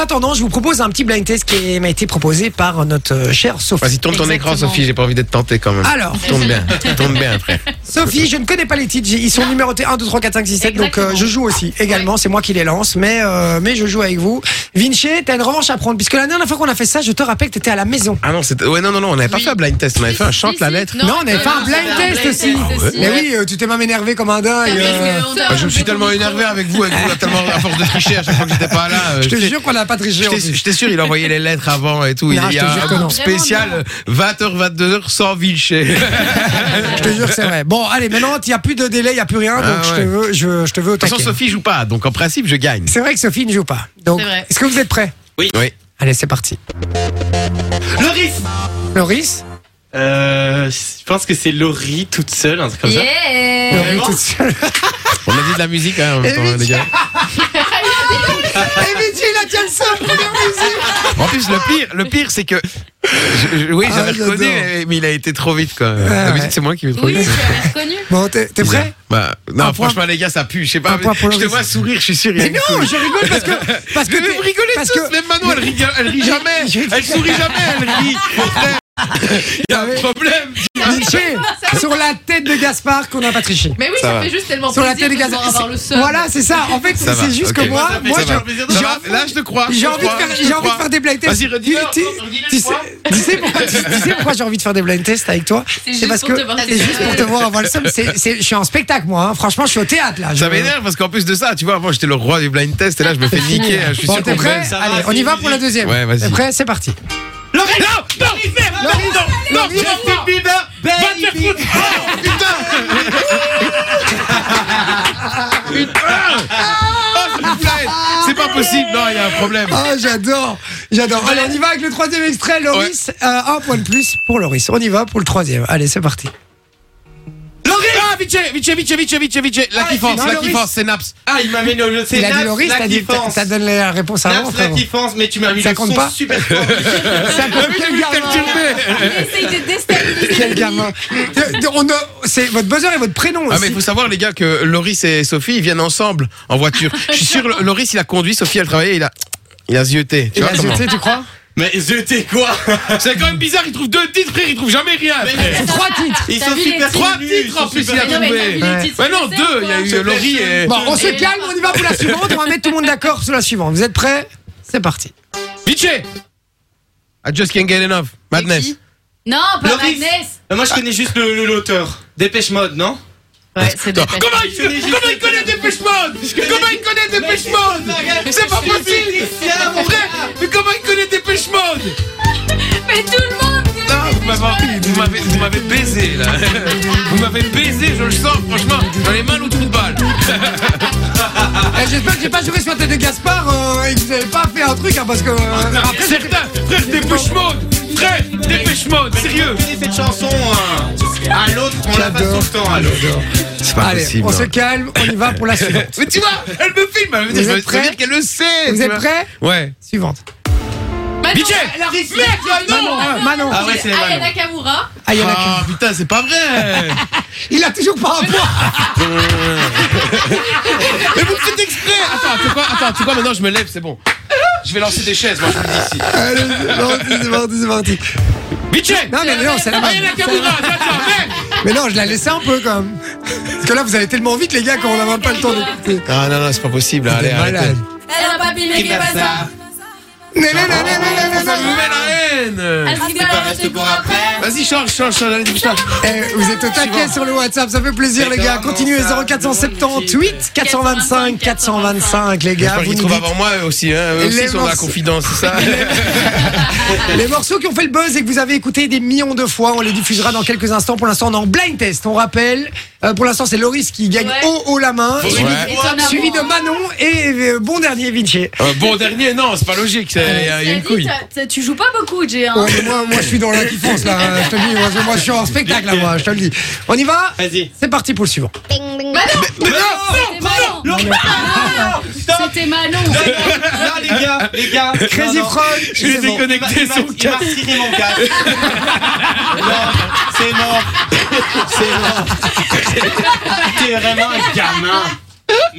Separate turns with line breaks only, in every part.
attendant, je vous propose un petit blind test qui m'a été proposé par notre euh, chère Sophie.
Vas-y, tourne ton écran,
Exactement.
Sophie, j'ai pas envie d'être tenté quand même.
Alors,
Tourne bien, tourne bien après.
Sophie, je ne connais pas les titres. Ils sont numérotés 1, 2, 3, 4, 5, 6, 7. Donc, euh,
Exactement.
je joue aussi également. C'est moi qui les lance. Mais, euh, mais je joue avec vous. Vinci, t'as une revanche à prendre. Puisque la dernière fois qu'on a fait ça, je te rappelle que t'étais à la maison.
Ah non, c'était. Ouais, non, non, non, on n'avait pas
Oui.
fait un blind test, on avait fait un
Si,
Ah, chante
si,
la
si.
lettre.
Non, on avait fait un blind
c'était
test aussi.
Ouais.
Mais oui, euh, tu t'es même énervé comme un dingue.
Parce
euh,
que on a-
Ah, je me suis tellement énervé avec vous, avec vous, là, tellement à force de tricher à chaque fois que j'étais pas là. euh,
je te
j'étais-
jure qu'on n'a pas triché. en
j'étais-
plus.
J'étais sûr, il envoyait les lettres avant et
Non,
tout. il y
je te
a
jure que
un
non.
groupe spécial 20h, 22h sans Vilcher.
Je te jure que c'est vrai. Bon, allez, maintenant, il n'y a plus de délai, il n'y a plus rien. Donc,
Ah
je te
ouais.
veux, je, je te veux au
De toute façon,
taquet.
Sophie joue pas, donc en principe, je gagne.
C'est vrai que Sophie ne joue pas. Donc,
C'est vrai.
est-ce que vous êtes prêts
Oui.
Allez, c'est parti.
Le riff
Loris
Euh, je pense que c'est Laurie toute seule, un truc comme ça.
Yeah
Laurie toute seule.
On a dit de la musique, hein, en même temps,
oui,
hein, les gars.
Eh, Vinci, il a tient le seul, première musique.
En plus, le pire, le pire, c'est que. je- je- oui,
Ah,
j'avais
j'adore.
reconnu, mais il a été trop vite, quoi.
ouais.
la musique, c'est moi qui vais trop
Oui,
vite.
tu l'avais reconnu.
Bon, t'es t'es prêt
Bah, non,
Un point.
franchement, les gars, ça pue. Je sais
Un
pas.
point pour
Je te
Loris.
vois sourire, je suis sûr. il y a
Mais
une
non,
couille.
je rigole parce que. Parce que
Mais vous
t'es-
rigolez
parce
tous,
que-
même Manon, elle rit, elle rit jamais. Elle sourit jamais, elle rit. Il y
Ah
a un problème.
Vinci, sur la tête de Gaspard qu'on n'a pas triché.
Mais oui,
Ça
ça,
va.
fait juste tellement
Sur la
plaisir
tête de
de pouvoir
Gaspard.
avoir le
C'est-
seum.
Voilà, c'est ça. En fait,
Ça
c'est
va,
juste
ok.
que moi,
Ça fait-
moi,
ça
je-
va.
j'ai
Ça va,
envie-
Là, je te crois.
j'ai
je te
envie de
crois,
faire,
je te
j'ai envie de
crois.
faire des blind tests.
Vas-y, hein. redis.
Tu, tu sais, tu sais pourquoi, tu, tu sais pourquoi j'ai envie de faire des blind tests avec toi
C'est juste
parce
pour
que
te voir
c'est juste
tes-
pour te voir avoir le seum. C'est- c'est- Je suis en spectacle, moi. hein. Franchement, je suis au théâtre là.
Ça
Je-
m'énerve parce qu'en plus de ça, tu vois, avant j'étais le roi du blind test et là je me fais niquer. hein, Je suis
Bon,
sûr
t'es
qu'on
prêt
gagne.
ça va,
Allez, on
c'est
y va
une
pour la
musique.
deuxième.
Ouais, vas-y.
T'es prêt C'est parti.
Laurie, non, non, non, non, non,
Laurie,
Justin Bieber, Baby.
Ah, s'il vous plaît. C'est pas possible. Non, il y a un problème.
Oh, j'adore, j'adore. Allez, on y va avec le troisième extrait, Loris. Euh, un point de plus pour Loris. On y va pour le troisième. Allez, c'est parti.
Laurie Ah, Vice, Vice, Vice, Vice, Vice, Vice. La
Ah,
kiffance,
non,
la
Laurie.
kiffance, c'est Naps.
Ah, il m'a mis le. C'est
Il a dit
Naps,
Loris,
la
t'as dit,
défense.
t'as donné la réponse avant.
Naps, la
frérot.
défense, mais tu m'as mis
Ça
le
compte
son
pas
super fort.
Ça compte, quel gamin.
Il essaye de déstabiliser.
Quel gamin. De- de- on a- C'est votre buzzer et votre prénom
Ah mais
aussi.
il faut savoir les gars que Loris et Sophie ils viennent ensemble en voiture. Je suis sûr Lo- Loris il a conduit, Sophie elle travaillait, il a il a zioté. Tu
Il
vois
a
comment
jeté, tu crois
Mais je t'ai quoi
C'est quand même bizarre, il trouve deux titres frère, il trouve jamais rien. frère.
Trois titres.
Ils
T'as
sont
vu les
super
titres
Trois
connus,
titres,
ils
en
sont
plus,
super
il a
Mais non, mais t'as vu
Ouais.
les titres
Mais non
français ou
deux, il y a
quoi
eu euh, Laurie et
Bon, on se
Et
calme,
là-
on y va pour la suivante. On va mettre tout le monde d'accord sur la suivante. Vous êtes prêts C'est parti.
Vice. I just can't get enough. Madness.
Qui Non, pas
Loris.
Madness.
Mais Moi, je connais juste le- le- l'auteur. Dépêche Mode, non
Ouais, c'est
Comment
Dépêche.
il, comment il connaît Dépêche Mode Comment il connaît Dépêche Mode C'est pas possible Frère, mais comment il connaît Dépêche Mode
Mais tout le monde
Non, Ah, vous m'avez- vous m'avez- vous m'avez baisé là Vous m'avez baisé, je le sens, franchement, j'en ai mal au trou de balle
Ah, Eh, J'espère que j'ai pas joué sur la tête de Gaspard euh, et que vous n'avez pas fait un truc, hein, parce que.
Ah,
euh, après,
Certains, frère, Dépêche Mode Frère, Dépêche Mode, sérieux
Je connais cette chanson hein. à l'autre, on la passe tout le temps à l'autre.
C'est
Allez, on se calme, on y va pour la suivante.
Mais tu vois, elle me filme, elle me
Vous
dit, je
êtes
veux
prêts
dire qu'elle le sait
Vous
tu
êtes
vois.
prêts
Ouais
Suivante.
Madness.
la Merde,
Manon,
non
euh, Manon.
Ah ouais, c'est
Aya
mal.
Nakamura.
Ah, il y en a
Ah putain, c'est pas vrai
qu'un. Il a toujours pas un point.
Mais vous le faites exprès Attends, tu sais quoi, attends, tu sais quoi maintenant je me lève, c'est bon. Je vais lancer des chaises, moi je vous le dis ici.
Allez, c'est parti, c'est parti, c'est parti.
Bitché
Non, mais non, c'est la
Allez
même.
la caméra, attends, merde
Mais non, je la laissais un peu quand même. Parce que là, vous allez tellement vite, les gars, qu'on n'a même pas le temps d'écouter.
Ah non, non, c'est pas possible,
Vous êtes malades.
Elle a pas pillé
Qui
les
m'a
bazars.
ça
Non, non, non, non, non, non,
Ça me
non.
met la haine
Elle s'y va, reste pour après.
Vas-y, change, change, change, allez, change.
Eh, vous êtes au taquet
Suivant.
sur le WhatsApp, ça fait plaisir les gars. Continuez 0478 425 425 les gars.
J'espère
Vous
qu'ils
nous
trouvent
dites
avant moi eux aussi, hein, eux
Les
aussi sont dans la
morceaux.
confidence, c'est ça
les morceaux qui ont fait le buzz et que vous avez écouté des millions de fois. On les diffusera dans quelques instants. Pour l'instant, on est en blind test. On rappelle, euh, pour l'instant, c'est Loris qui gagne
Ouais.
haut haut la main,
Ouais.
suivi,
Et t'en as
suivi
pour
de
un.
Manon et euh, bon dernier Vinci.
Euh, Bon dernier, non, c'est pas logique, c'est- il y a il y a une
Dit,
couille.
t'as- t'as- Tu joues pas beaucoup, Jay. hein.
Ouais, mais Oh, moi, moi, je suis dans la kiffance là. hein. Je te le dis, moi, moi, je suis en spectacle là, moi. Je te le dis. On y va.
Vas-y.
C'est parti pour le suivant.
Manon.
Mais non,
C'était Manon.
non, Stop
C'était Manon.
Là, les gars, les gars.
Crazy
non, non.
Frog.
Je l'ai
c'est bon.
Il m'a-
déconnecté
il m'a-
son
il m'a
casque.
ciré mon casque. Non, c'est mort. C'est mort. T'es vraiment un gamin.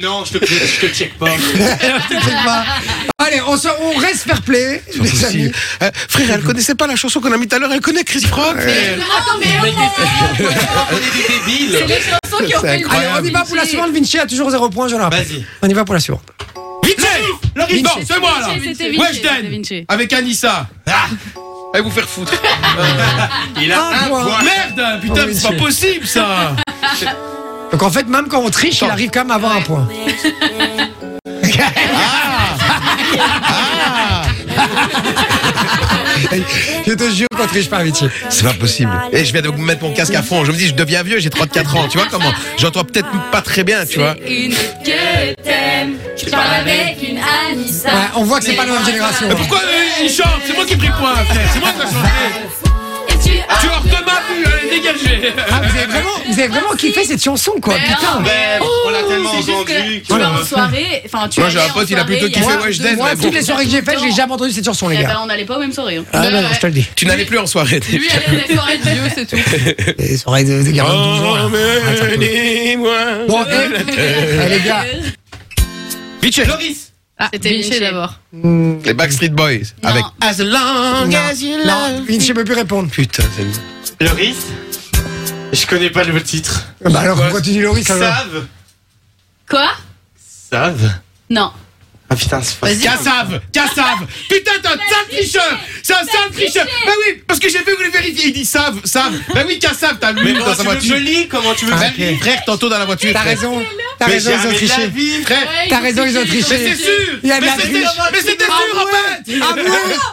Non, je te, je te check pas.
T'inquiète pas. Allez, on, se- on reste fair play, les amis.
Impossible. Euh, frère, elle connaissait pas la chanson qu'on a mis tout à l'heure, elle connaît Chris Euh, Brown. frère.
Attends, mais au moins,
On est des débiles.
c'est les chansons qui ont
C'est
fait le
Allez, on y va pour la suivante. Vinci a toujours 0 point, je le rappelle.
Vas-y.
On y va pour la suivante.
Vite fait, le rythme,
Vinci.
c'est moi là.
C'était Vinci, c'était
Weshden
Vinci.
avec Anissa. Ah, allez vous faire foutre.
Il
Un point.
Merde, putain,
Oh,
mais c'est pas
monsieur.
possible ça.
Donc en fait, même quand on triche, il arrive quand même à avoir un point.
Ah.
Ah.
Ah.
je te jure qu'on triche pas, Vinci.
C'est pas possible. Et je viens de mettre mon casque à fond. Je me dis, je deviens vieux, j'ai 34 ans. Tu vois comment J'entends peut-être pas très bien, tu vois.
Une que t'aimes, je parle avec une Anissa.
Ouais, on voit que c'est pas la même génération. hein.
Mais pourquoi euh, il chante C'est moi qui ai pris point, frère. C'est moi qui ai chanté.
Et tu as
Ah, Tu es hors de ma vue, hein. allez, dégagez.
Ah, vous avez vraiment, vous avez vraiment kiffé cette chanson, quoi.
Mais
Putain.
non,
Ben, on l'a tellement
C'est juste
entendu.
que tu vas en soirée. Enfin, tu
Moi,
allais
j'ai un
en
pote, il a
soirée,
plutôt kiffé
y a
Weshden,
deux
mais
mois,
Moi,
bon.
toutes les soirées que j'ai faites, j'ai jamais entendu cette chanson, les
Eh ben,
gars.
on n'allait pas aux mêmes soirées. hein.
Ah non,
Ouais.
je te le dis.
Tu n'allais plus en soirée.
Lui allait dans les soirées de vieux, c'est tout.
Les soirées de, de gamins de 12 ans, là.
Emmenez-moi.
Bon, eh, eh, les gars,
Vite fait.
Loris.
Ah, C'était Vinci d'abord.
Les Backstreet Boys.
Non.
Avec As Long As You
non,
Love.
Vinci peut plus répondre.
Putain, c'est bon.
Loris. Je connais pas le titre.
Bah alors, on continue Loris, alors.
Save.
Quoi
Save.
Non.
Ah putain, c'est pas.
Vas-y.
Cassave, cassave. Putain, t'es un sale tricheur. C'est un sale tricheur. Bah oui, parce que j'ai vu vous le vérifier. Il dit save, save. Bah oui, cassave, t'as
Mais
lu dans
comment
sa
tu veux que je
voiture. Ben
lis Comment tu veux que
Ah,
je
ok.
lis
Frère, tantôt dans la voiture.
T'as
frère.
raison, t'as
Mais
raison, ils ont
jamais de la
triché.
vie.
Frère,
Ouais,
T'as
il
raison, ils ont triché.
mais c'est sûr. Ah,
Il y a de
Mais
la
c'était
triche.
mais c'était sûr, en fait.
Ah,
Avouez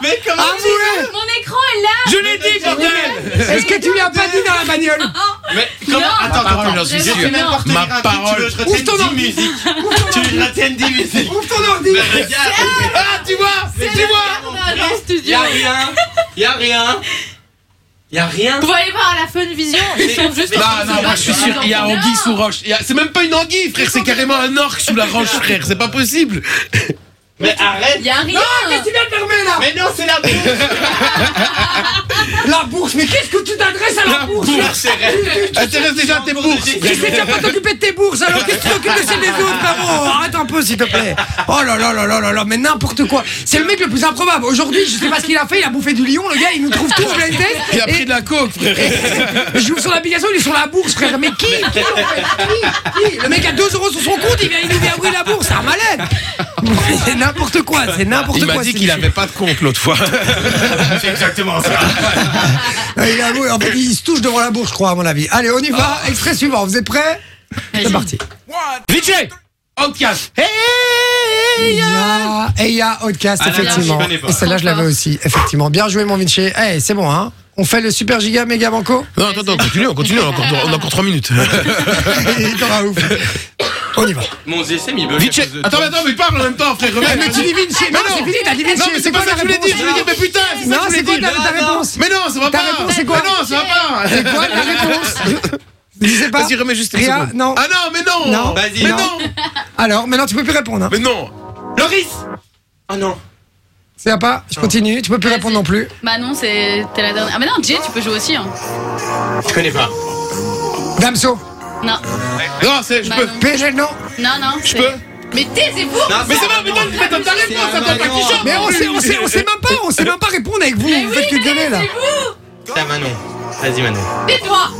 Mais comment
Avouez
Mon écran est là
Je l'ai
Ah
dit, bordel.
Est-ce que tu lui as pas dit dans la bagnole
Mais comment
Non.
Ma
Attends,
parole, j'en
attends, attends.
suis
J'ai
sûr.
fait n'importe
Ma
quel truc,
parole.
Tu veux que je
Ouvre ton
retienne
ordi.
10 musiques Tu veux que je retienne 10 musiques
Ouvre ton ordi
Regarde
Ah, tu vois,
C'est
tu
le
vois.
gars dans le
Y
studio.
a rien Y a rien Y a rien
Vous allez voir à la fun vision, ils sont juste.
Non, bah, non, moi je suis sûr, il y a
Non.
anguille sous roche. Il y a- C'est même pas une anguille, frère, c'est carrément un orque sous la roche, frère. C'est pas possible.
Mais arrête
Il y a rien.
Tu viens de fermer là
Mais non, c'est la
La bourse, mais qu'est-ce que tu t'adresses à la bourse
bourse c'est vrai.
Intéresse Ah, déjà à tes bourses.
Qu'est-ce que tu vas pas t'occuper de tes bourses alors Qu'est-ce que tu t'occupes de celles des autres, Paro Arrête un peu, s'il te plaît. Oh là là là là là là, mais n'importe quoi. C'est le mec le plus improbable. Aujourd'hui, je sais pas ce qu'il a fait, il a bouffé du lion, le gars, il nous trouve tout au blind test.
Il a pris de la coke, frère.
Et je joue sur l'application, il est sur la bourse, frère. Mais qui, qui, en fait Qui Qui Le mec a 2 euros sur son compte, il vient, il nous vient ouvrir la bourse, c'est un malade. C'est n'importe quoi, c'est n'importe
Il
quoi.
m'a dit
c'est
qu'il avait pas de compte l'autre fois.
C'est exactement ça
Ouais, Il, a avoué, en fait, il se touche devant la bourse, je crois, à mon avis. Allez, on y va. Extrait suivant. Vous êtes prêts C'est parti.
Vite Outcast. Hey,
Il y a- Et il y a Outcast,
Ah, là, là,
effectivement.
je connais pas.
Et celle-là, je l'avais
Encore.
aussi, effectivement. Bien joué, mon Vinci. Eh, c'est bon, hein On fait le super giga méga banco
Non, attends, attends, on continue, on continue, on a encore, on a encore 3 minutes.
Il t'en a ouf. On y va.
Mon GSM il bug
Vite
à cause de
Attends,
toi.
attends, mais parle en même temps, frère,
Eh,
reviens.
mais tu dis Vinci. Non, c'est fini, t'as dit Vinci.
Non, mais c'est pas
quoi
ça que
la
je voulais
réponse
dire, je voulais dire, mais putain, c'est ça
Non,
que je
c'est quoi
voulais
ta,
dire.
ta réponse
Mais non, ça
Ta
va pas.
réponse, c'est quoi
Mais non, ça va pas.
C'est quoi la réponse Je sais pas.
Vas-y, remets juste une
Ria,
seconde.
non.
Ah non, mais non.
Non.
Vas-y.
Mais
Non.
non.
Alors, maintenant, tu peux plus répondre. Hein.
Mais non.
Loris Oh non
C'est pas, je continue, tu peux plus répondre non plus.
Bah non, c'est t'es la dernière. Ah, mais non, Jay, tu peux jouer aussi. Hein.
Je connais pas
Damso,
Non,
Non, c'est, je
Bah
peux.
non.
PSG, non.
non, non. Je
peux
Mais taisez-vous
Non,
Mais ça va, mais non, mais t'as ta réponse, ça doit pas
Manon.
qui chante.
Mais on sait, on sait, on sait même pas, on sait même pas répondre avec vous. Vous faites que gueuler là.
Taisez-vous
C'est à Manon Vas-y Manon
Tais-toi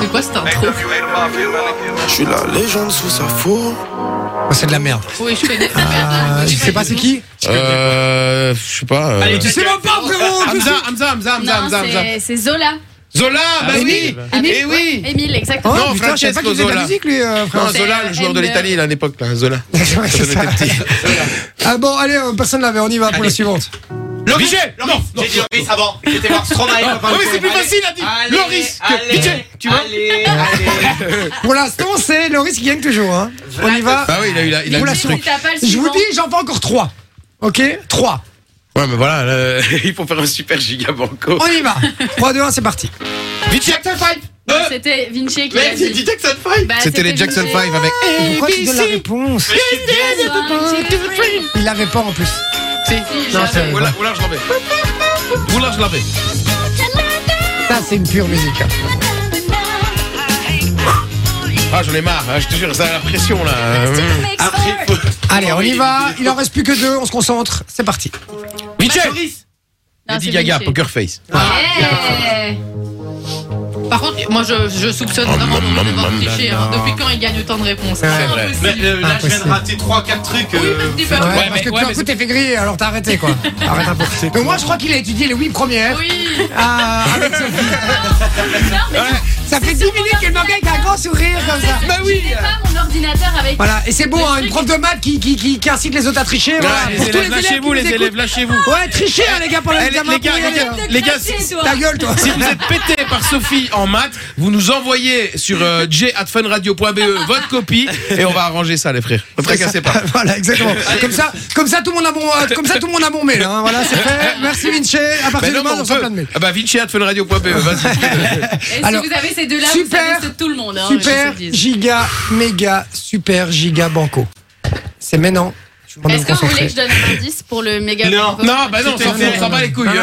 C'est quoi cette intro
Je suis la légende sous sa fourre.
Oh, c'est de la merde.
Oui, je connais. Ah,
Euh, je sais pas c'est qui.
Euh, je sais pas. euh,
Allez, tu
Tu sais même pas, frérot. tu sais-
Hamza, Hamza, Hamza, Hamza,
Non,
Hamza, Hamza.
c'est- Ah c'est Zola.
Zola, bah oui.
Émile.
Eh oui.
Émile,
Oh,
exactement.
Non,
putain, je savais pas
Francesco
qu'il faisait de la
Zola.
musique, lui, euh, frère.
Non, Zola, le joueur de
Ender.
l'Italie, là, à l'époque, là, Zola.
Ouais,
Quand
c'est
on
ça.
était petit.
Ah bon, allez, euh, personne l'avait, on y va pour la suivante.
Loris Non, non,
J'ai dit Loris avant J'étais voir Stromae
Ah oui, c'est plus facile à dire. Loris que- Vite, tu vois.
Allez, allez
Pour l'instant, c'est Loris qui gagne toujours. Hein. On y va.
Bah oui, il a eu la- il a eu
Oula,
le
c'est
truc.
T'as pas le
Je vous
suivant.
dis, j'en veux encore trois. Ok Trois.
Ouais, mais voilà, là, il faut faire un super giga banco.
On y va. 3, 2, 1, c'est parti.
Vite, Jackson 5
C'était Vinci qui l'a
Mais c'est
dit.
dit Jackson 5
Bah,
Euh, C'était les Jackson
Vinci.
5 avec.
Pourquoi tu donnes la réponse Il l'avait pas en plus.
Ah,
Si,
Non,
ben,
j'avais.
c'est-
Oula, oula, je l'avais. Oula, je l'avais.
Ça, c'est une pure musique. hein.
Ah, j'en ai marre, hein, je te jure, ça a la pression là.
Après, faut...
Allez, on y va. Il en reste plus que deux. On se concentre. C'est parti.
Michel
Non,
Lady
c'est
Gaga,
Vinci.
Poker Face.
Ouais.
Eh. Par contre, moi je, je soupçonne
Oh,
vraiment de devoir tricher. hein. Depuis quand il gagne autant de réponses C'est
vrai.
Mais, euh, là, je viens
Impossible.
de rater 3-4 trucs.
Oui,
euh,
parce que tu
Ouais,
vas-
parce que
mais- ouais,
tout d'un
mais
coup, t'es fait griller, alors t'as arrêté, quoi. Arrête un peu. Donc, moi, je crois qu'il a étudié les huit premières.
Oui.
Ah, avec Sophie. Ça fait 10 minutes qu'elle me regarde avec un grand sourire comme ça.
Bah oui. Je n'ai pas mon ordinateur avec.
Voilà, et c'est beau, hein, une prof de maths qui, qui, qui, qui incite les autres à tricher. voilà,
les
pour tous
élèves, lâchez-vous,
qui
les
nous
élèves,
écoutent.
lâchez-vous.
Ouais, tricher, hein, les gars, pour
Eh,
les
les-
examens.
les gars,
pour y
les
aller,
gars,
hein.
les gars, si-
Cracher, toi.
Ta gueule, toi.
si vous êtes pété par Sophie en maths, vous nous envoyez sur euh, j@funradio.be E votre copie et on va arranger ça, les frères. Ne tracassez pas.
voilà, exactement. Comme ça, comme ça, tout le monde a bon, euh, comme ça, tout le monde a bon mail. Hein. Voilà, c'est fait. Merci Vinci. À
Mais
partir de
Ben
demain,
non, mais on
on sera
peut.
plein de mails.
Ah bah, vinci@funradio.be, vas-y.
Et si
Alors,
vous avez ces deux-là, vous
super,
savez c'est tout le monde. hein, je
Super
vous le dis.
giga méga super giga banco. C'est maintenant. Je vous demande de
Est-ce
vous
que vous voulez
concentrer.
que je donne un indice pour le méga
Non.
Non, bah non, Sophie, on s'en bat les couilles. euh.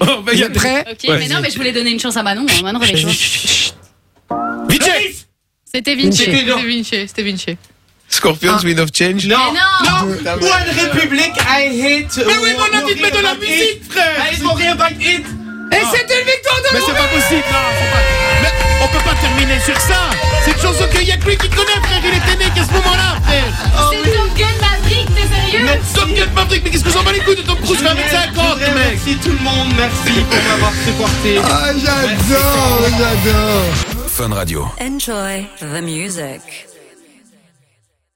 Oh, bah,
Vous
y a-
êtes prêts
Ok, mais non, mais je voulais donner une chance à Manon. hein, Manon, avait chaud.
Vinci
C'était Vinci.
C'était Vinci, c'était Vinci.
Scorpions, Wind of Change.
Mais
Non.
non
Non. One Republic, I hate.
Mais oui, mon ami, te met de la musique, frère
Allez, mon Real hit.
Et c'était une victoire de
Mais c'est pas possible, non, faut pas. Mais on peut pas terminer sur ça. C'est une chanson qu'il y a que lui qui connaît, frère. Il était né qu'à ce moment-là, frère.
C'est Top Gun Maverick, t'es sérieux
Tom Gun Maverick, mais qu'est-ce que vous en bat les couilles de Tom Cruise, frère, avec 50, mec
Merci tout le monde, merci pour m'avoir supporté.
Ah, j'adore, j'adore.
Fun Radio.
Enjoy the music.